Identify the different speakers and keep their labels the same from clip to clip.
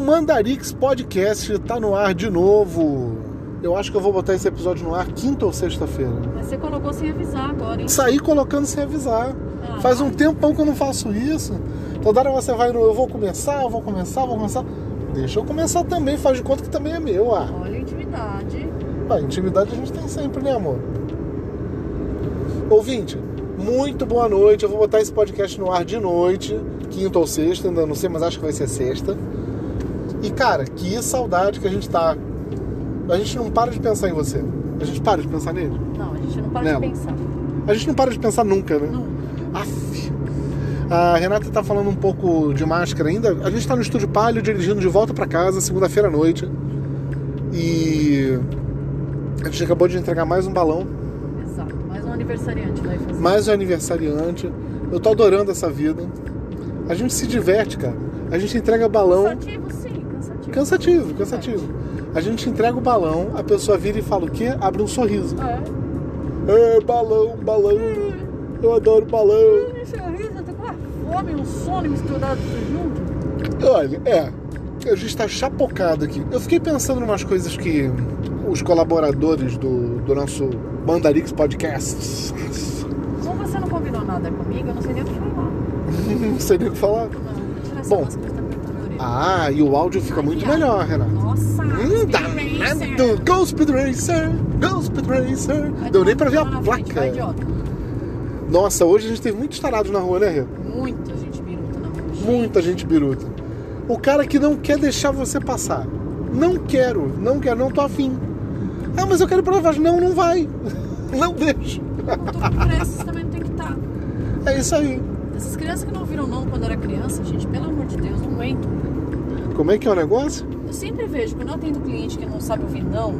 Speaker 1: Mandarix Podcast está no ar de novo. Eu acho que eu vou botar esse episódio no ar quinta ou sexta-feira.
Speaker 2: Mas você colocou sem avisar agora, hein?
Speaker 1: Saí colocando sem avisar.
Speaker 2: Ah.
Speaker 1: Faz um tempão que eu não faço isso. Toda hora você vai no eu vou começar, eu vou começar, eu vou começar. Deixa eu começar também, faz de conta que também é meu. Ah,
Speaker 2: Olha a intimidade.
Speaker 1: Ah, intimidade a gente tem sempre, né, amor? Ouvinte, muito boa noite. Eu vou botar esse podcast no ar de noite, quinta ou sexta, ainda não sei, mas acho que vai ser sexta. E cara, que saudade que a gente tá. A gente não para de pensar em você. A gente para de pensar nele.
Speaker 2: Não, a gente não para
Speaker 1: Nela.
Speaker 2: de pensar.
Speaker 1: A gente não para de pensar nunca, né?
Speaker 2: Não.
Speaker 1: Aff. A Renata tá falando um pouco de máscara ainda. A gente tá no estúdio Palio dirigindo de volta pra casa, segunda-feira à noite. E a gente acabou de entregar mais um balão,
Speaker 2: Exato. Mais um aniversariante vai fazer.
Speaker 1: mais um aniversariante. Eu tô adorando essa vida. A gente se diverte, cara. A gente entrega balão.
Speaker 2: Cansativo, sim, cansativo. É.
Speaker 1: Cansativo, cansativo. A gente entrega o balão, a pessoa vira e fala o quê? Abre um sorriso.
Speaker 2: É.
Speaker 1: É, balão, balão. Eu adoro balão.
Speaker 2: Ai, sorriso, eu tô com uma fome e um sono misturado tudo junto.
Speaker 1: Olha, é. A gente tá chapocado aqui. Eu fiquei pensando em umas coisas que os colaboradores do, do nosso Bandarix Podcast.
Speaker 2: Como você não combinou nada comigo, eu não sei nem o que falar.
Speaker 1: Não sei nem o que falar.
Speaker 2: Não, vou tirar essa
Speaker 1: Bom.
Speaker 2: máscara que tá apertando minha orelha.
Speaker 1: Ah, e o áudio fica muito melhor, Renato.
Speaker 2: Nossa,
Speaker 1: Hum,
Speaker 2: Speed Racer.
Speaker 1: danado! Go Speed Racer! Go Speed Racer! Deu nem pra ver
Speaker 2: Vai um
Speaker 1: a
Speaker 2: na frente, vai,
Speaker 1: placa.
Speaker 2: idiota.
Speaker 1: Nossa, hoje a gente teve muitos tarados na rua, né, Rê?
Speaker 2: Muita gente biruta na rua.
Speaker 1: Muita gente biruta. O cara que não quer deixar você passar. Não quero, não quero, não tô afim. Ah, mas eu quero ir pra lavagem. Não, não vai. Não deixa.
Speaker 2: Eu tô com pressa, vocês também não tem que tá. estar.
Speaker 1: É isso aí.
Speaker 2: Essas crianças que não viram não quando era criança, gente, pelo amor de Deus, não aguento.
Speaker 1: Como é que é o negócio?
Speaker 2: Eu sempre vejo, quando eu atendo cliente que não sabe ouvir não,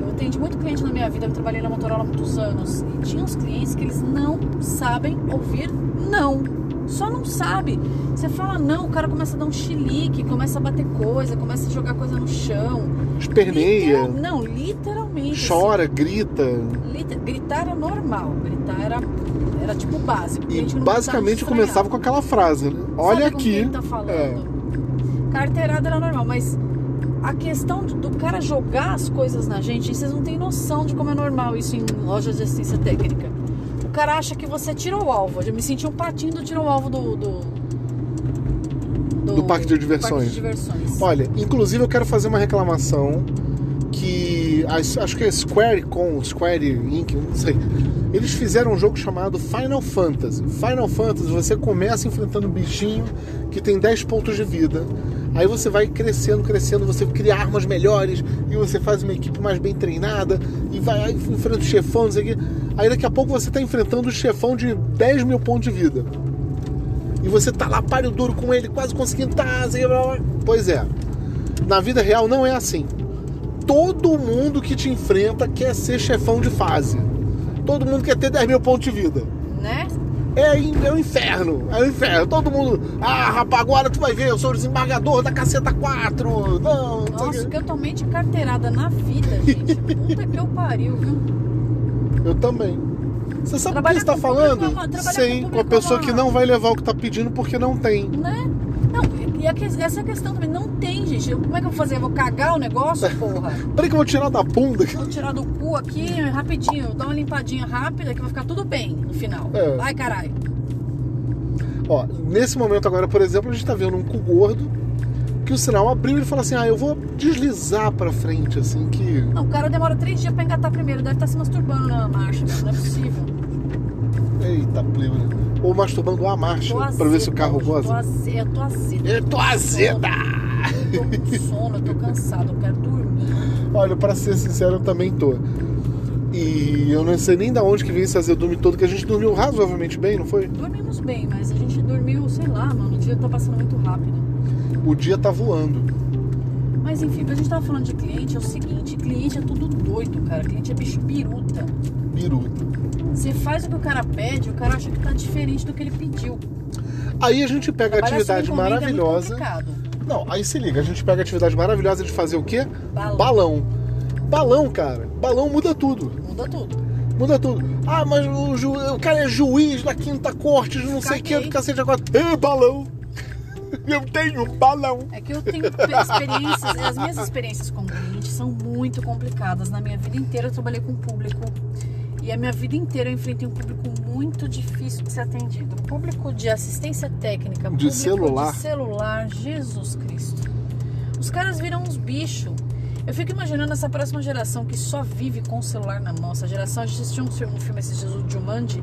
Speaker 2: eu atendi muito cliente na minha vida, eu trabalhei na Motorola há muitos anos, e tinha uns clientes que eles não sabem ouvir não. Só não sabe. Você fala não, o cara começa a dar um chilique, começa a bater coisa, começa a jogar coisa no chão.
Speaker 1: Esperneia,
Speaker 2: Literal- não, literalmente.
Speaker 1: chora, grita.
Speaker 2: assim, liter- gritar era normal, gritar era, era tipo básico. O
Speaker 1: E
Speaker 2: cliente não
Speaker 1: basicamente começava
Speaker 2: precisava estranhar.
Speaker 1: com aquela frase, né? Olha
Speaker 2: Sabe com
Speaker 1: aqui. É.
Speaker 2: quem tá falando? Carteirada era normal, mas a questão do do cara jogar as coisas na gente, vocês não têm noção de como é normal isso em lojas de assistência técnica. O cara acha que você tirou o alvo. Eu me senti um patinho do tirou o alvo do. Do,
Speaker 1: Do parque de diversões.
Speaker 2: parque de diversões.
Speaker 1: Olha, inclusive eu quero fazer uma reclamação que as- acho que é Square com Square Inc, não sei. Eles fizeram um jogo chamado Final Fantasy. Final Fantasy, você começa enfrentando um bichinho que tem 10 pontos de vida. Aí você vai crescendo, crescendo, você cria armas melhores e você faz uma equipe mais bem treinada e vai aí enfrenta o chefão, não sei o quê. Aí daqui a pouco você tá enfrentando o chefão de 10 mil pontos de vida. E você tá lá, páreo duro com ele, quase conseguindo. Tá, assim, blá, blá. Pois é. Na vida real não é assim. Todo mundo que te enfrenta quer ser chefão de fase. Todo mundo quer ter 10 mil pontos de vida.
Speaker 2: Né?
Speaker 1: É, in- é o inferno, é o inferno. Todo mundo. Ah, rapaz, agora tu vai ver, eu sou o desembargador da caceta 4. Não, não sei
Speaker 2: Nossa,
Speaker 1: o quê.
Speaker 2: que eu tomei de carteirada na vida, gente. Puta que eu pariu, viu?
Speaker 1: Eu também. Você sabe o que
Speaker 2: Trabalhar
Speaker 1: você tá
Speaker 2: com o
Speaker 1: falando?
Speaker 2: público é uma- trabalhar
Speaker 1: Sim,
Speaker 2: com o
Speaker 1: com a
Speaker 2: público é
Speaker 1: pessoa
Speaker 2: uma-
Speaker 1: que não vai levar o que tá pedindo porque não tem.
Speaker 2: Né? Não, e a que- essa questão também não tem, gente. Eu- Como é que eu vou fazer? Eu vou cagar o negócio, porra?
Speaker 1: Peraí que eu vou tirar da bunda.
Speaker 2: Vou tirar do cu aqui rapidinho, dar uma limpadinha rápida que vai ficar tudo bem no final.
Speaker 1: É.
Speaker 2: Ai, caralho.
Speaker 1: Ó, nesse momento agora, por exemplo, a gente tá vendo um cu gordo que o sinal abriu e ele fala assim: "Ah, eu vou deslizar pra frente assim que
Speaker 2: Não, o cara demora três dias pra engatar primeiro, deve estar se masturbando na marcha, meu. não é possível.
Speaker 1: eita plena". Ou masturbando a marcha
Speaker 2: Tô
Speaker 1: pra ver se o
Speaker 2: azeda
Speaker 1: carro
Speaker 2: hoje, tô
Speaker 1: goza.
Speaker 2: aze- Eu tô azeda.
Speaker 1: Eu tô azeda.
Speaker 2: Eu tô com sono, eu tô cansado, eu quero dormir.
Speaker 1: Olha, pra ser sincero, eu também tô. E eu não sei nem da onde que vem esse azedume todo que a gente dormiu razoavelmente bem, não foi?
Speaker 2: Dormimos bem, mas a gente dormiu, sei lá, mano, o dia tá passando muito rápido.
Speaker 1: O dia tá voando.
Speaker 2: Mas enfim, o que a gente tava falando de cliente é o seguinte, cliente é tudo doido, cara. Cliente é bicho biruta.
Speaker 1: Biruta.
Speaker 2: Você faz o que o cara pede, o cara acha que tá diferente do que ele pediu.
Speaker 1: Aí a gente pega a
Speaker 2: Trabalhar sob
Speaker 1: atividade
Speaker 2: encomenda é muito
Speaker 1: maravilhosa.
Speaker 2: complicado.
Speaker 1: Não, aí se liga, a gente pega a atividade maravilhosa de fazer o quê?
Speaker 2: Balão.
Speaker 1: Balão. Balão, cara. Balão muda tudo.
Speaker 2: Muda tudo.
Speaker 1: Muda tudo. Ah, mas o, ju- o cara é juiz da quinta corte, de não sei o que,
Speaker 2: Caguei.
Speaker 1: do cacete agora. Ei, balão! Eu tenho um balão.
Speaker 2: É que eu tenho experiências, as minhas experiências como cliente são muito complicadas. Na minha vida inteira eu trabalhei com público. E a minha vida inteira eu enfrentei um público muito difícil de ser atendido. Público de assistência técnica, público
Speaker 1: celular.
Speaker 2: de celular, Jesus Cristo. Os caras viram uns bichos. Eu fico imaginando essa próxima geração que só vive com o celular na mão. Essa geração, a gente assistiu um filme, um filme esses dias, o Jumanji,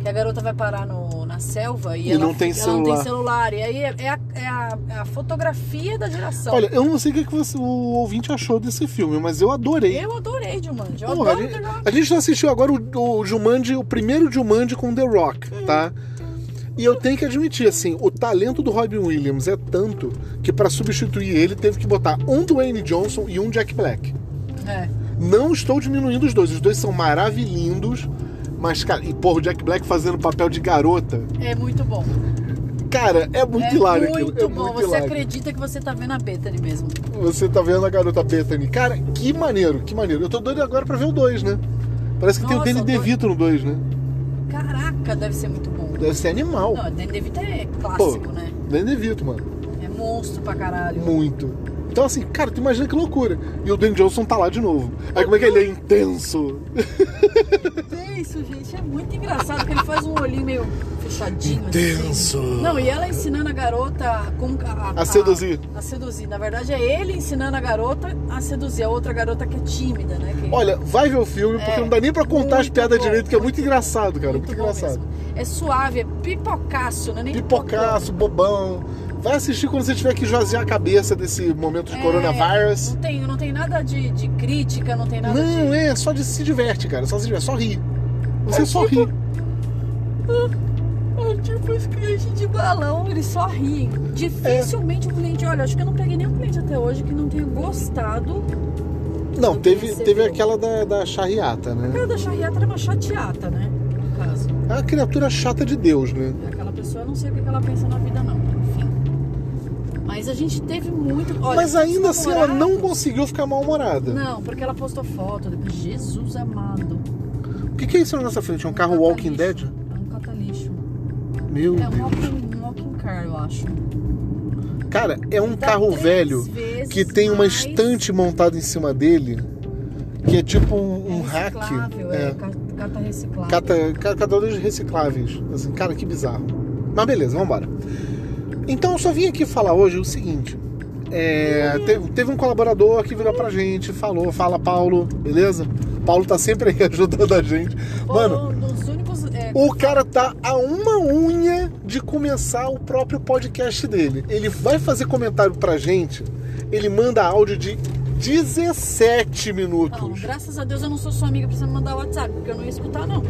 Speaker 2: que a garota vai parar no- na selva e,
Speaker 1: E
Speaker 2: ela,
Speaker 1: não tem
Speaker 2: ela não tem
Speaker 1: celular.
Speaker 2: celular. E aí é, é a, é a- é a fotografia da geração.
Speaker 1: Olha, eu não sei o que, que você- o ouvinte achou desse filme, mas eu adorei.
Speaker 2: eu adorei Jumanji. Eu
Speaker 1: Porra, a,
Speaker 2: adoro
Speaker 1: gente,
Speaker 2: negócio.
Speaker 1: a gente assistiu agora o, o Jumanji, o primeiro Jumanji com The Rock,
Speaker 2: Hum.
Speaker 1: tá? E eu tenho que admitir, assim, o talento do Robin Williams é tanto que pra substituir ele teve que botar um Dwayne Johnson e um Jack Black.
Speaker 2: É.
Speaker 1: Não estou diminuindo os dois, os dois são maravilhindos, mas, cara, e porra, o Jack Black fazendo papel de garota.
Speaker 2: É muito bom.
Speaker 1: Cara, é muito
Speaker 2: é
Speaker 1: hilário
Speaker 2: muito
Speaker 1: aquilo.
Speaker 2: bom.
Speaker 1: é muito
Speaker 2: você
Speaker 1: hilário.
Speaker 2: acredita que você tá vendo a Bethany mesmo.
Speaker 1: Você tá vendo a garota Bethany. Cara, que maneiro, que maneiro. Eu tô doido agora pra ver o 2, né? Parece que
Speaker 2: Nossa,
Speaker 1: tem o
Speaker 2: o
Speaker 1: Danny
Speaker 2: dois.
Speaker 1: DeVito no 2, né?
Speaker 2: Caraca, deve ser muito bom.
Speaker 1: Deve ser animal.
Speaker 2: Não, Danny DeVito é
Speaker 1: Pô,
Speaker 2: clássico, né?
Speaker 1: Danny DeVito, mano.
Speaker 2: É monstro pra caralho.
Speaker 1: Muito. Então, assim, cara, tu imagina que loucura. E o Danny Johnson tá lá de novo. Aí como é que ele é intenso?
Speaker 2: É isso, gente. É muito engraçado porque ele faz um olhinho meio fechadinho.
Speaker 1: Intenso.
Speaker 2: Assim. Não, e ela ensinando a garota a, como- a,
Speaker 1: A seduzir.
Speaker 2: A, seduzir. Na verdade, é ele ensinando a garota a seduzir a outra garota que é tímida, né? Que-
Speaker 1: Olha, vai ver o filme, porque
Speaker 2: É,
Speaker 1: não dá nem pra contar as
Speaker 2: muito
Speaker 1: piadas
Speaker 2: bom,
Speaker 1: direito, que é muito
Speaker 2: muito
Speaker 1: engraçado, cara. Muito,
Speaker 2: bom
Speaker 1: engraçado.
Speaker 2: mesmo. É suave, é pipocaço, não é nem
Speaker 1: Pipocaço, bobão. Vai assistir quando você tiver que esvaziar a cabeça desse momento de
Speaker 2: É,
Speaker 1: coronavírus.
Speaker 2: Não tem, não tem nada de, de crítica, não tem nada
Speaker 1: Não,
Speaker 2: de.
Speaker 1: é só de se diverte, cara. Só se diverte, só ri. Você
Speaker 2: É
Speaker 1: só
Speaker 2: tipo-
Speaker 1: ri.
Speaker 2: É tipo os clientes de balão, eles só riem. Dificilmente o cliente, olha, acho que eu não peguei nenhum cliente até hoje que não tenha gostado.
Speaker 1: Não,
Speaker 2: do
Speaker 1: teve,
Speaker 2: que você
Speaker 1: teve
Speaker 2: viu.
Speaker 1: aquela da, da charriata, né?
Speaker 2: Cara da charriata era uma chateata, né? No caso.
Speaker 1: É uma criatura chata de Deus, né?
Speaker 2: Aquela pessoa, eu não sei o que que ela pensa na vida, não. Enfim. Mas a gente teve muito. Olha,
Speaker 1: Mas ainda assim ela não
Speaker 2: namorados-
Speaker 1: conseguiu ficar mal-humorada.
Speaker 2: Não, porque ela postou foto. depois, Jesus amado.
Speaker 1: O que, que é isso na nossa frente? É um carro Walking Dead?
Speaker 2: É um catalixo.
Speaker 1: Meu
Speaker 2: É um
Speaker 1: Deus.
Speaker 2: walking, um walking car, eu acho.
Speaker 1: Cara, é um
Speaker 2: Dá
Speaker 1: carro
Speaker 2: três
Speaker 1: velho
Speaker 2: vezes
Speaker 1: que tem uma
Speaker 2: mais
Speaker 1: estante montada em cima dele que é tipo um, um hack.
Speaker 2: reciclável, É, ca- cata reciclável.
Speaker 1: Cata- ca- catadores recicláveis. Assim, cara, que bizarro. Mas beleza, vambora. Então eu só vim aqui falar hoje o seguinte. É, te- teve, um colaborador que virou pra gente, falou, fala Paulo, beleza? Paulo tá sempre aí ajudando a gente.
Speaker 2: Foi
Speaker 1: Mano,
Speaker 2: um dos únicos. é,
Speaker 1: o cara tá a uma unha de começar o próprio podcast dele. Ele vai fazer comentário pra gente, ele manda áudio de 17
Speaker 2: Não,
Speaker 1: minutos.
Speaker 2: graças a Deus eu não sou sua amiga pra você me mandar WhatsApp, porque eu não ia escutar, não.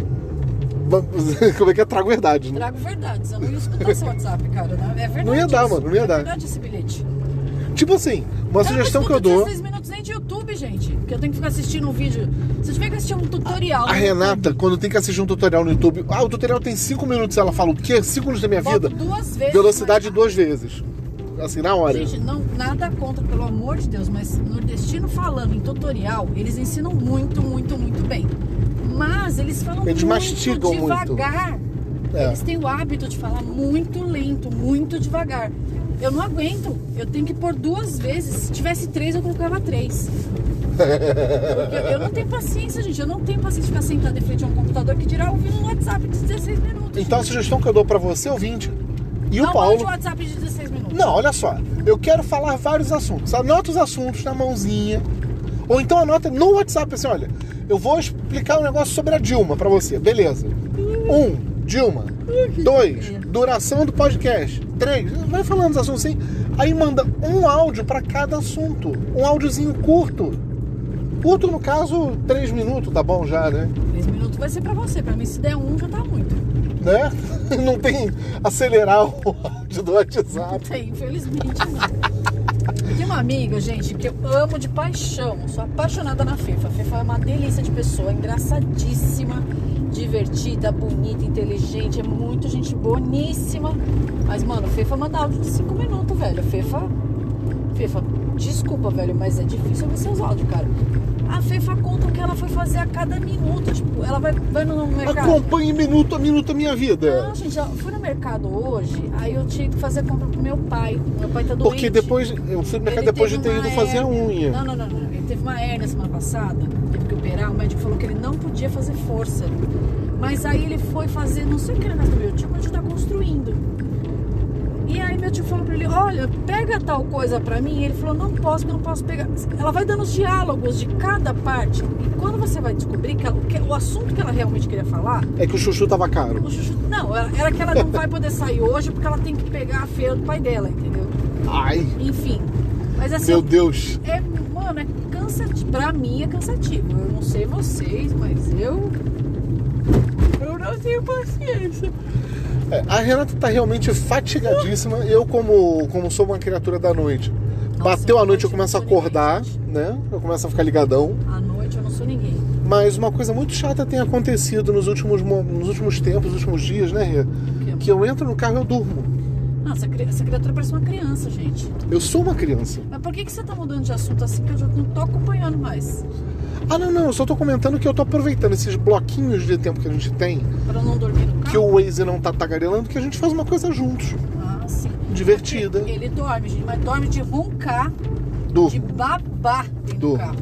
Speaker 1: Vamos- Como é que é? Trago verdade, né?
Speaker 2: Trago verdades, eu não ia escutar seu WhatsApp, cara. Não, é verdade.
Speaker 1: Não ia dar,
Speaker 2: isso.
Speaker 1: mano, não ia
Speaker 2: é
Speaker 1: dar.
Speaker 2: verdade esse bilhete.
Speaker 1: Tipo assim, uma sugestão que eu dou.
Speaker 2: 16 minutos nem de YouTube, gente, porque eu tenho que ficar assistindo um vídeo. Se eu tiver que assistir um tutorial.
Speaker 1: A
Speaker 2: no
Speaker 1: Renata, quando tem que assistir um tutorial no YouTube, ah, o tutorial tem 5 minutos, ela fala o quê? 5 minutos da minha
Speaker 2: YouTube,
Speaker 1: vida?
Speaker 2: boto duas vezes.
Speaker 1: Velocidade duas vezes. Assim, na hora.
Speaker 2: Gente, não, nada contra, pelo amor de Deus, mas nordestino falando em tutorial, eles ensinam muito, muito, muito bem. Mas eles falam
Speaker 1: Eles
Speaker 2: muito
Speaker 1: mastigam muito.
Speaker 2: devagar.
Speaker 1: É.
Speaker 2: Eles têm o hábito de falar muito lento, muito devagar. Eu não aguento. Eu tenho que pôr duas vezes. Se tivesse três, eu colocava três. Porque eu não tenho paciência, gente. Eu não tenho paciência de ficar sentada em frente a um computador que dirá ouvindo um WhatsApp de 16 minutos.
Speaker 1: Então a
Speaker 2: gente.
Speaker 1: sugestão que eu dou pra você, ouvinte, e o
Speaker 2: não mande
Speaker 1: Paulo.
Speaker 2: WhatsApp de 16 minutos.
Speaker 1: Não, olha só. Eu quero falar vários assuntos. Anota os assuntos na mãozinha. Ou então anota no WhatsApp assim, olha, eu vou explicar um negócio sobre a Dilma pra você. Beleza. Um, Dilma. Dois,
Speaker 2: É.
Speaker 1: duração do podcast. Três, vai falando os assuntos assim. Aí manda um áudio pra cada assunto. Um áudiozinho curto. Curto, no caso, três minutos, tá bom já, né?
Speaker 2: 3 minutos vai ser pra você. Pra mim, se der um, já tá muito.
Speaker 1: Né? Não tem acelerar o áudio do WhatsApp.
Speaker 2: Puta, infelizmente não. Tem uma amiga, gente, que eu amo de paixão. Sou apaixonada na Fefa. A Fefa é uma delícia de pessoa, engraçadíssima, divertida, bonita, inteligente. É muito gente boníssima. Mas, mano, a Fefa manda áudio de 5 minutos, velho. A Fefa. Fefa, desculpa, velho, mas é difícil ouvir seus áudios, cara. A Fefa conta o que ela foi fazer a cada minuto. Tipo, ela vai, vai no mercado.
Speaker 1: Acompanhe minuto a minuto a minha vida.
Speaker 2: Não, gente, eu fui no mercado hoje, aí eu tinha que fazer compra pro meu pai. Meu pai tá doente.
Speaker 1: Porque depois, eu fui no mercado
Speaker 2: Ele
Speaker 1: depois de
Speaker 2: teve
Speaker 1: ter
Speaker 2: uma
Speaker 1: ido fazer a
Speaker 2: hérnia.
Speaker 1: unha.
Speaker 2: Não, não, não, não. Ele teve uma hérnia semana passada, teve que operar. O médico falou que ele não podia fazer força. Mas aí ele foi fazer, não sei o que era mais do meu tio, mas ele tá construindo. E aí meu tio falou pra ele, olha, pega tal coisa pra mim. Ele falou, não posso, porque eu não posso pegar. Ela vai dando os diálogos de cada parte. E quando você vai descobrir que, ela- que- o assunto que ela realmente queria falar,
Speaker 1: É que o chuchu tava caro.
Speaker 2: o Chuchu, não, era era que ela não vai poder sair hoje porque ela tem que pegar a feira do pai dela, entendeu?
Speaker 1: Ai,
Speaker 2: Enfim. Mas assim,
Speaker 1: meu Deus.
Speaker 2: é, mano, é cansativo. Pra mim é cansativo. Eu não sei vocês, mas eu. Eu não tenho paciência.
Speaker 1: É, a Renata tá realmente fatigadíssima. Eu, como, como sou uma criatura da noite, bateu a noite, eu começo a acordar, né? Eu começo a ficar ligadão.
Speaker 2: À noite eu não sou ninguém.
Speaker 1: Mas uma coisa muito chata tem acontecido nos últimos, mo- nos últimos tempos, nos últimos dias, né, Rê? Que eu entro no carro e eu durmo.
Speaker 2: Não, essa, cri- essa criatura parece uma criança, gente.
Speaker 1: Eu sou uma criança.
Speaker 2: Mas por que, que você tá mudando de assunto assim que eu já não tô acompanhando mais?
Speaker 1: Ah, não, não, eu só tô comentando que eu tô aproveitando esses bloquinhos de tempo que a gente tem,
Speaker 2: Pra eu não dormir no carro?
Speaker 1: que o Waze não tá tagarelando, que a gente faz uma coisa juntos,
Speaker 2: Ah, sim.
Speaker 1: divertida,
Speaker 2: Ele dorme, gente, mas dorme de roncar,
Speaker 1: do,
Speaker 2: de babar dentro do
Speaker 1: Do-
Speaker 2: carro.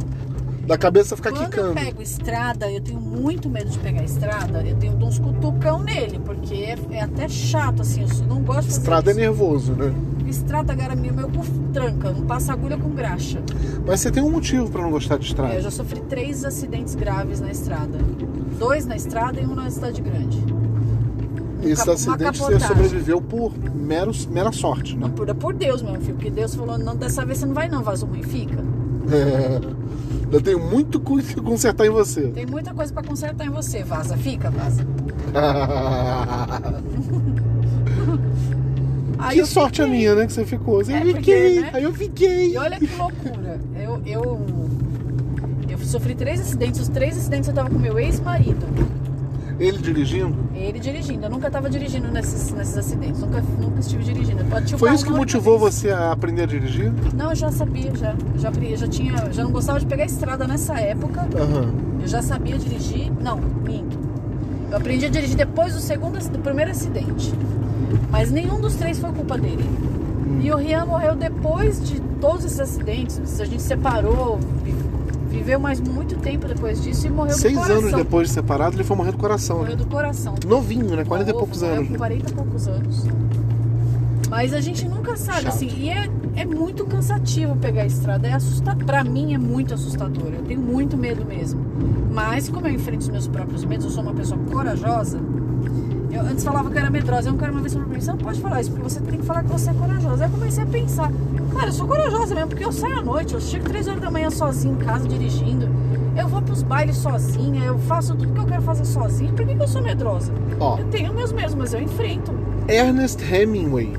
Speaker 1: da cabeça ficar
Speaker 2: Quando eu
Speaker 1: Tá quicando.
Speaker 2: pego estrada, eu tenho muito medo de pegar estrada, eu tenho dou uns cutucão nele, porque é, é até chato, assim, eu não gosto de fazer
Speaker 1: Estrada é
Speaker 2: isso.
Speaker 1: nervoso, né?
Speaker 2: Estrada, cara, meu meu cu tranca, não passa agulha com graxa.
Speaker 1: Mas você tem um motivo pra não gostar de estrada.
Speaker 2: Eu já sofri três acidentes graves na estrada. Dois na estrada e um na cidade grande.
Speaker 1: Esse
Speaker 2: uma
Speaker 1: acidente você
Speaker 2: capotagem.
Speaker 1: sobreviveu por mero, mera sorte,
Speaker 2: Não,
Speaker 1: né?
Speaker 2: por, por Deus, meu filho, porque Deus falou, não, dessa vez você não vai não, vaso ruim, fica.
Speaker 1: É, eu tenho muito cu que consertar em você.
Speaker 2: Tem muita coisa pra consertar em você, vaza, fica, vaza. Aí
Speaker 1: que
Speaker 2: eu
Speaker 1: sorte a
Speaker 2: fiquei.
Speaker 1: minha, né? Que você ficou. Assim,
Speaker 2: É,
Speaker 1: eu
Speaker 2: porque,
Speaker 1: fiquei.
Speaker 2: né?
Speaker 1: Aí eu fiquei.
Speaker 2: E olha que loucura. Eu, eu, eu sofri três acidentes. Os três acidentes eu tava com meu ex-marido.
Speaker 1: Ele dirigindo.
Speaker 2: Ele dirigindo. Eu nunca tava dirigindo nesses, nesses acidentes. Nunca, nunca estive dirigindo. Eu bati o
Speaker 1: Foi
Speaker 2: carro
Speaker 1: isso que
Speaker 2: uma
Speaker 1: motivou
Speaker 2: única vez.
Speaker 1: você a aprender a dirigir?
Speaker 2: Não, eu já sabia, já. Eu Já, abri- eu já tinha. Já não gostava de pegar estrada nessa época.
Speaker 1: Aham.
Speaker 2: Eu já sabia dirigir. Não, minto. Eu aprendi a dirigir depois do segundo, ac- do primeiro acidente. Mas nenhum dos três foi culpa dele.
Speaker 1: Hum.
Speaker 2: E o Rian morreu depois de todos esses acidentes. A gente separou, vi- viveu mais muito tempo depois disso e morreu
Speaker 1: Seis
Speaker 2: do coração.
Speaker 1: anos depois de separado, ele foi morrer do coração, né?
Speaker 2: Morreu do coração.
Speaker 1: Novinho, né? 40 e poucos
Speaker 2: Morreu
Speaker 1: anos.
Speaker 2: Com
Speaker 1: né?
Speaker 2: 40 e poucos anos. Mas a gente nunca sabe,
Speaker 1: Chato.
Speaker 2: assim, e é, é muito cansativo pegar a estrada. É assustador. Pra mim é muito assustador. Eu tenho muito medo mesmo. Mas como eu enfrento os meus próprios medos, eu sou uma pessoa corajosa. Eu antes falava que eu era medrosa. Aí um cara uma vez falou pra mim, você não pode falar isso, porque você tem que falar que você é corajosa. Aí eu comecei a pensar, cara, eu sou corajosa mesmo, porque eu saio à noite, eu chego três horas da manhã sozinha em casa, dirigindo. Eu vou pros bailes sozinha, eu faço tudo que eu quero fazer sozinha. Por que, que eu sou medrosa?
Speaker 1: Ó,
Speaker 2: Eu tenho meus mesmos, mas eu enfrento.
Speaker 1: Ernest Hemingway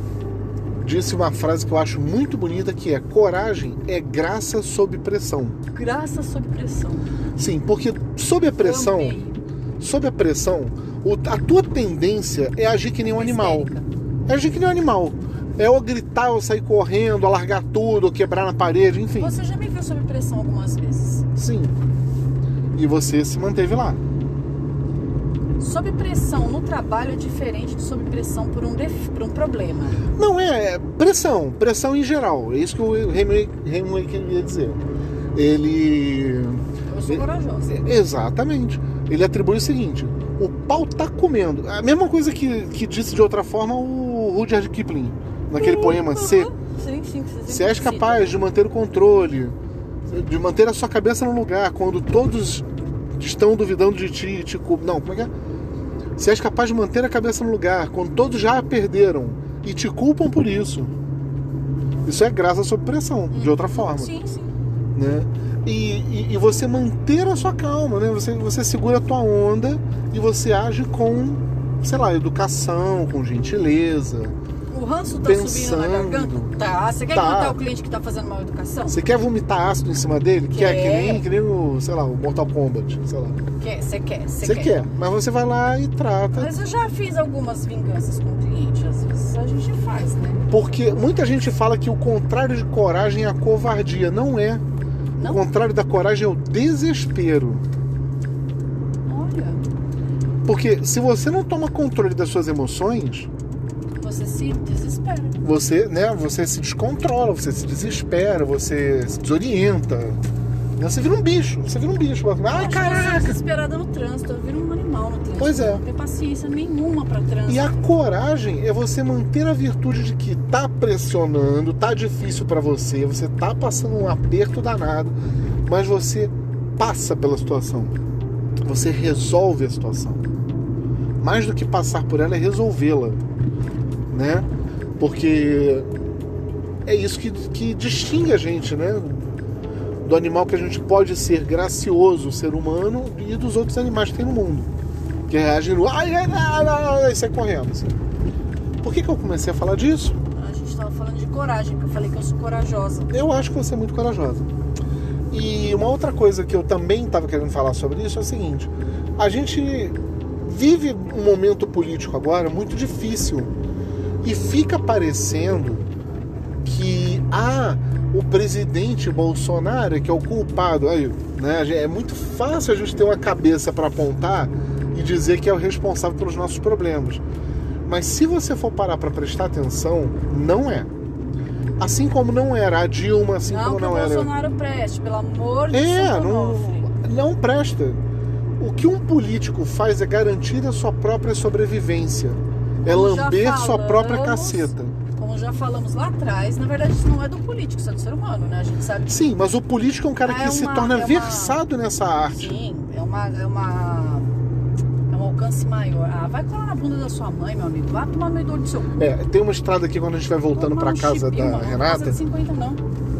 Speaker 1: disse uma frase que eu acho muito bonita que é coragem é graça sob pressão.
Speaker 2: Graça sob pressão.
Speaker 1: Sim, porque sob a pressão,
Speaker 2: Eu amei.
Speaker 1: sob a pressão, o- a tua tendência é agir que nem um animal.
Speaker 2: Histérica.
Speaker 1: É agir que nem um animal. É ou gritar, ou sair correndo, ou largar tudo, ou quebrar na parede, enfim.
Speaker 2: Você já me viu sob pressão algumas vezes.
Speaker 1: Sim. E você se manteve lá.
Speaker 2: Sob pressão no trabalho é diferente de sob pressão por um, def- por um problema.
Speaker 1: Não, é, é pressão, pressão em geral. É isso que o Hemingway Hemingway queria dizer. Ele.
Speaker 2: Eu sou
Speaker 1: E-
Speaker 2: corajosa.
Speaker 1: é, Exatamente. Ele atribui o seguinte: o pau tá comendo. A mesma coisa que, que disse de outra forma o Rudyard Kipling,
Speaker 2: Uhum.
Speaker 1: naquele poema seco.
Speaker 2: Sim, sim, sim,
Speaker 1: Se és capaz de manter o controle, de manter a sua cabeça no lugar quando todos estão duvidando de ti, e te cul- não, como é que é? Se és capaz de manter a cabeça no lugar quando todos já a perderam e te culpam por isso. Isso é graça sob pressão, de outra forma,
Speaker 2: Sim, sim.
Speaker 1: né? E, e- e você manter a sua calma, né? Você, você segura a tua onda e você age com, sei lá, educação, com gentileza.
Speaker 2: O ranço tá subindo na
Speaker 1: Pensando.
Speaker 2: garganta? Tá. Você quer
Speaker 1: Tá.
Speaker 2: contar o cliente que tá fazendo mal educação?
Speaker 1: Você quer vomitar ácido em cima dele? Quer, que
Speaker 2: Quer.
Speaker 1: nem, que nem o, sei lá, o Mortal Kombat, sei lá.
Speaker 2: Quer, você quer, você
Speaker 1: Você
Speaker 2: quer.
Speaker 1: quer, mas você vai lá e trata.
Speaker 2: Mas eu já fiz algumas vinganças com o cliente. Às vezes a gente faz, né?
Speaker 1: Porque muita gente fala que o contrário de coragem é a covardia. Não é. O
Speaker 2: Não?
Speaker 1: contrário da coragem é o desespero.
Speaker 2: Olha,
Speaker 1: Porque se você não toma controle das suas emoções,
Speaker 2: você se desespera.
Speaker 1: você, né, você se descontrola, você se desespera, você se desorienta. né? Você vira um bicho, você vira um bicho. Ai,
Speaker 2: Acho que eu sou
Speaker 1: caraca!
Speaker 2: desesperada no trânsito, eu viro um animal no trânsito.
Speaker 1: Pois é.
Speaker 2: Não tenho paciência nenhuma pra trânsito.
Speaker 1: E a coragem é você manter a virtude de que tá pressionando, tá difícil pra você, você tá passando um aperto danado, mas você passa pela situação. Você resolve a situação. Mais do que passar por ela é resolvê-la, né? Porque é isso que, que distingue a gente, né? Do animal que a gente pode ser gracioso, ser humano, e dos outros animais que tem no mundo que reagem no ai, ai, ai, ai, ai", e sai correndo. assim. Por que, que eu comecei a falar disso?
Speaker 2: A gente tava falando de coragem, porque eu falei que eu sou corajosa.
Speaker 1: Eu acho que você é muito corajosa. E uma outra coisa que eu também estava querendo falar sobre isso é o seguinte: a gente vive um momento político agora muito difícil e fica parecendo que ah, o presidente Bolsonaro é que é o culpado. Aí, né? É muito fácil a gente ter uma cabeça para apontar e dizer que é o responsável pelos nossos problemas. Mas se você for parar para prestar atenção, não é. Assim como não era a Dilma, assim
Speaker 2: não
Speaker 1: como
Speaker 2: que
Speaker 1: não
Speaker 2: o
Speaker 1: era.
Speaker 2: Bolsonaro preste, pelo amor de
Speaker 1: É,
Speaker 2: Santo
Speaker 1: não,
Speaker 2: Onofre.
Speaker 1: não presta. O que um político faz é garantir a sua própria sobrevivência. É
Speaker 2: Como já
Speaker 1: lamber sua própria
Speaker 2: falamos.
Speaker 1: caceta.
Speaker 2: Como já falamos lá atrás, na verdade isso não é do político, isso é do ser humano, né? A gente sabe
Speaker 1: Sim, mas o político é um cara
Speaker 2: Ah,
Speaker 1: que
Speaker 2: é
Speaker 1: se
Speaker 2: uma-
Speaker 1: torna
Speaker 2: é uma-
Speaker 1: versado nessa arte.
Speaker 2: Sim, é uma, é uma. É um alcance maior. Ah, vai colar na bunda da sua mãe, meu amigo. Vai tomar meio dor do seu cu.
Speaker 1: É, tem uma estrada aqui quando a gente vai voltando
Speaker 2: Tomar
Speaker 1: pra
Speaker 2: um
Speaker 1: casa
Speaker 2: chibinho,
Speaker 1: da
Speaker 2: mano, não passa
Speaker 1: Renata,
Speaker 2: de 50 não.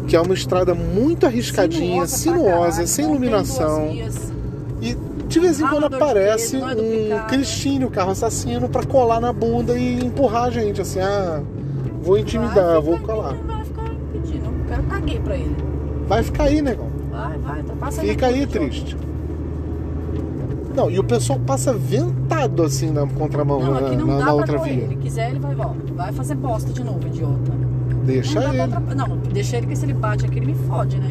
Speaker 1: que é uma estrada muito arriscadinha, sinuosa,
Speaker 2: pra caralho,
Speaker 1: sem
Speaker 2: não tem
Speaker 1: iluminação.
Speaker 2: duas vias.
Speaker 1: E de vez em
Speaker 2: Ralo
Speaker 1: quando
Speaker 2: dois dedos,
Speaker 1: aparece
Speaker 2: não é
Speaker 1: um
Speaker 2: duplicado.
Speaker 1: Cristine, o carro assassino, pra colar na bunda e empurrar a gente, assim, ah, vou intimidar,
Speaker 2: Vai
Speaker 1: vou
Speaker 2: ficar-
Speaker 1: colar.
Speaker 2: Vai ficar pedindo. Eu quero- caguei pra ele.
Speaker 1: Vai ficar aí, negão.
Speaker 2: Vai, vai, tá- passa
Speaker 1: Fica
Speaker 2: na
Speaker 1: aí,
Speaker 2: frente, ó.
Speaker 1: triste. Não, e o pessoal passa ventado assim na contramão,
Speaker 2: Não,
Speaker 1: na,
Speaker 2: aqui não
Speaker 1: na-
Speaker 2: dá
Speaker 1: na
Speaker 2: pra
Speaker 1: outra
Speaker 2: correr.
Speaker 1: via.
Speaker 2: Ele quiser, ele vai, ó, vai fazer bosta de novo, idiota. Não
Speaker 1: Deixa
Speaker 2: dá pra
Speaker 1: ele.
Speaker 2: atrapa- Não, deixa ele, porque se ele bate aqui, ele me fode, né?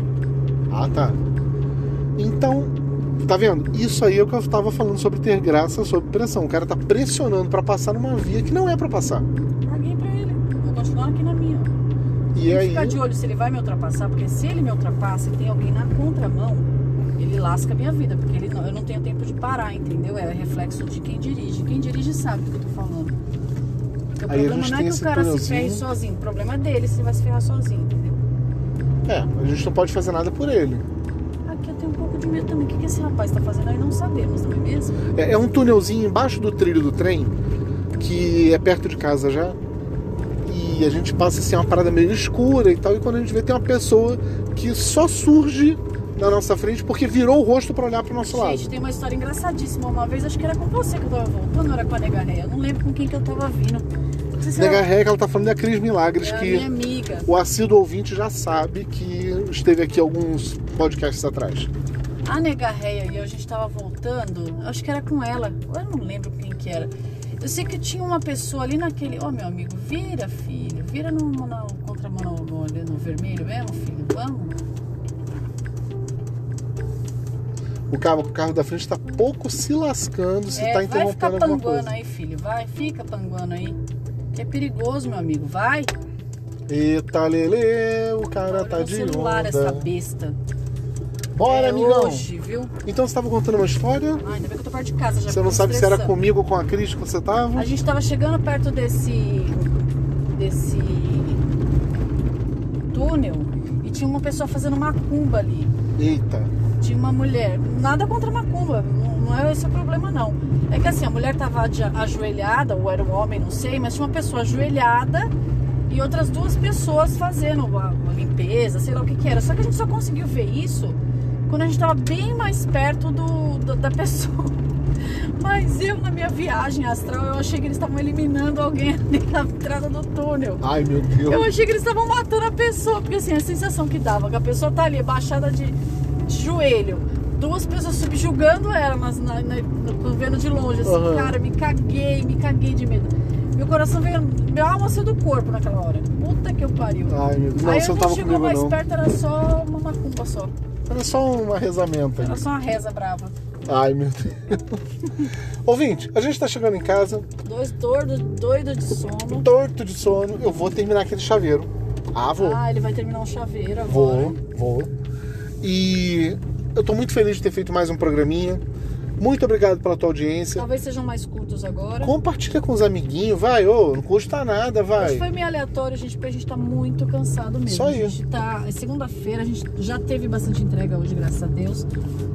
Speaker 1: Ah, tá. Então, tá vendo? Isso aí é o que eu tava falando sobre ter graça sob pressão. O cara tá pressionando pra passar numa via que não é pra passar.
Speaker 2: Caguei pra ele. Vou continuar aqui na minha.
Speaker 1: E
Speaker 2: Tem que
Speaker 1: aí,
Speaker 2: ficar de olho se ele vai me ultrapassar, porque se ele me ultrapassa e tem alguém na contramão, ele lasca a minha vida, porque ele não- eu não tenho tempo de parar, entendeu? É reflexo de quem dirige. Quem dirige sabe do que eu tô falando. Porque o
Speaker 1: Aí a
Speaker 2: problema
Speaker 1: gente
Speaker 2: não é
Speaker 1: tem
Speaker 2: que o
Speaker 1: esse
Speaker 2: cara se
Speaker 1: túnelzinho.
Speaker 2: ferre sozinho, o problema é dele se ele vai se ferrar sozinho, entendeu?
Speaker 1: é, a gente não pode fazer nada por ele.
Speaker 2: Aqui eu tenho um pouco de medo também. O que, que esse rapaz tá fazendo aí? Não sabemos, não é mesmo?
Speaker 1: É, é um túnelzinho embaixo do trilho do trem, que é perto de casa já. E a gente passa assim, uma parada meio escura e tal. E quando a gente vê, tem uma pessoa que só surge na nossa frente porque virou o rosto pra olhar pro nosso lado.
Speaker 2: Gente, tem uma história engraçadíssima. Uma vez, acho que era com você que eu tava voltando, era com a Negarreia. Eu não lembro com quem que eu tava vindo. Não sei se
Speaker 1: Nega
Speaker 2: era
Speaker 1: Ré, que ela tá falando da Cris Milagres,
Speaker 2: é a
Speaker 1: que.
Speaker 2: minha amiga.
Speaker 1: O assíduo ouvinte já sabe que esteve aqui alguns podcasts atrás.
Speaker 2: A Negarreia e eu, a gente tava voltando, acho que era com ela, eu não lembro quem que era. Eu sei que tinha uma pessoa ali naquele. Ó, meu amigo, vira, filho, vira no, no, na contramão no, no, ali no vermelho mesmo, filho, vamos.
Speaker 1: O carro, o carro da frente está pouco se lascando, se
Speaker 2: É,
Speaker 1: está
Speaker 2: vai ficar
Speaker 1: tá interrompendo alguma
Speaker 2: panguando
Speaker 1: coisa.
Speaker 2: aí, filho, vai, fica panguando aí. Que é perigoso, meu amigo, vai.
Speaker 1: Eita, lele, o cara
Speaker 2: Olha
Speaker 1: tá
Speaker 2: no
Speaker 1: de
Speaker 2: celular
Speaker 1: onda.
Speaker 2: essa besta.
Speaker 1: Bora,
Speaker 2: é
Speaker 1: amigão.
Speaker 2: hoje, viu?
Speaker 1: Então você estava contando uma história?
Speaker 2: Ai, ainda bem que eu tô perto de casa já.
Speaker 1: você não
Speaker 2: fico
Speaker 1: sabe se era
Speaker 2: estressando.
Speaker 1: comigo ou com a Cris que você tava?
Speaker 2: A gente tava chegando perto desse. desse. túnel e tinha uma pessoa fazendo macumba ali.
Speaker 1: Eita.
Speaker 2: Tinha uma mulher. Nada contra macumba, não, não é esse o problema não. É que assim, a mulher tava aja- ajoelhada, ou era um homem, não sei, mas tinha uma pessoa ajoelhada e outras duas pessoas fazendo a, a limpeza, sei lá o que que era. Só que a gente só conseguiu ver isso quando a gente tava bem mais perto do, do- da pessoa. Mas eu, na minha viagem astral, eu achei que eles estavam eliminando alguém ali na entrada do túnel.
Speaker 1: Ai, meu Deus.
Speaker 2: Eu achei que eles estavam matando a pessoa, porque assim, a sensação que dava, que a pessoa tá ali, baixada de, de joelho, duas pessoas subjugando ela, mas na, na, no- vendo de longe, assim,
Speaker 1: Aham.
Speaker 2: cara, me caguei, me caguei de medo. Meu coração veio, meu alma saiu do corpo naquela hora. Puta que eu pariu.
Speaker 1: Ai, meu Deus. Não,
Speaker 2: Aí
Speaker 1: você
Speaker 2: eu
Speaker 1: não tava
Speaker 2: chegou
Speaker 1: comigo,
Speaker 2: mais
Speaker 1: não.
Speaker 2: perto, era só uma macumba só.
Speaker 1: Era só uma rezamenta.
Speaker 2: Era só uma reza brava.
Speaker 1: Ai, meu Deus. Ouvinte, a gente tá chegando em casa,
Speaker 2: Dois doidos doido de sono.
Speaker 1: torto de sono. Eu vou terminar aquele chaveiro. Ah, vou.
Speaker 2: Ah, ele vai terminar um chaveiro agora.
Speaker 1: Vou, vou. E eu tô muito feliz de ter feito mais um programinha. Muito obrigado pela tua audiência.
Speaker 2: Talvez sejam mais curtos agora.
Speaker 1: Compartilha com os amiguinhos, vai, ô, não custa nada,
Speaker 2: Hoje
Speaker 1: vai.
Speaker 2: foi meio aleatório, gente, porque a gente tá muito cansado mesmo.
Speaker 1: Só
Speaker 2: A gente tá. é Segunda-feira, a gente já teve bastante entrega hoje, graças a Deus.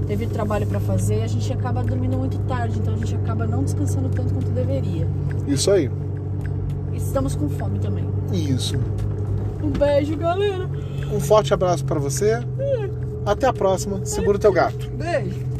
Speaker 2: Teve trabalho pra fazer e a gente acaba dormindo muito tarde, então a gente acaba não descansando tanto quanto deveria.
Speaker 1: Isso aí.
Speaker 2: E estamos com fome também.
Speaker 1: Isso.
Speaker 2: Um beijo, galera.
Speaker 1: Um forte abraço pra você. Até a próxima. Segura o teu gato.
Speaker 2: Beijo.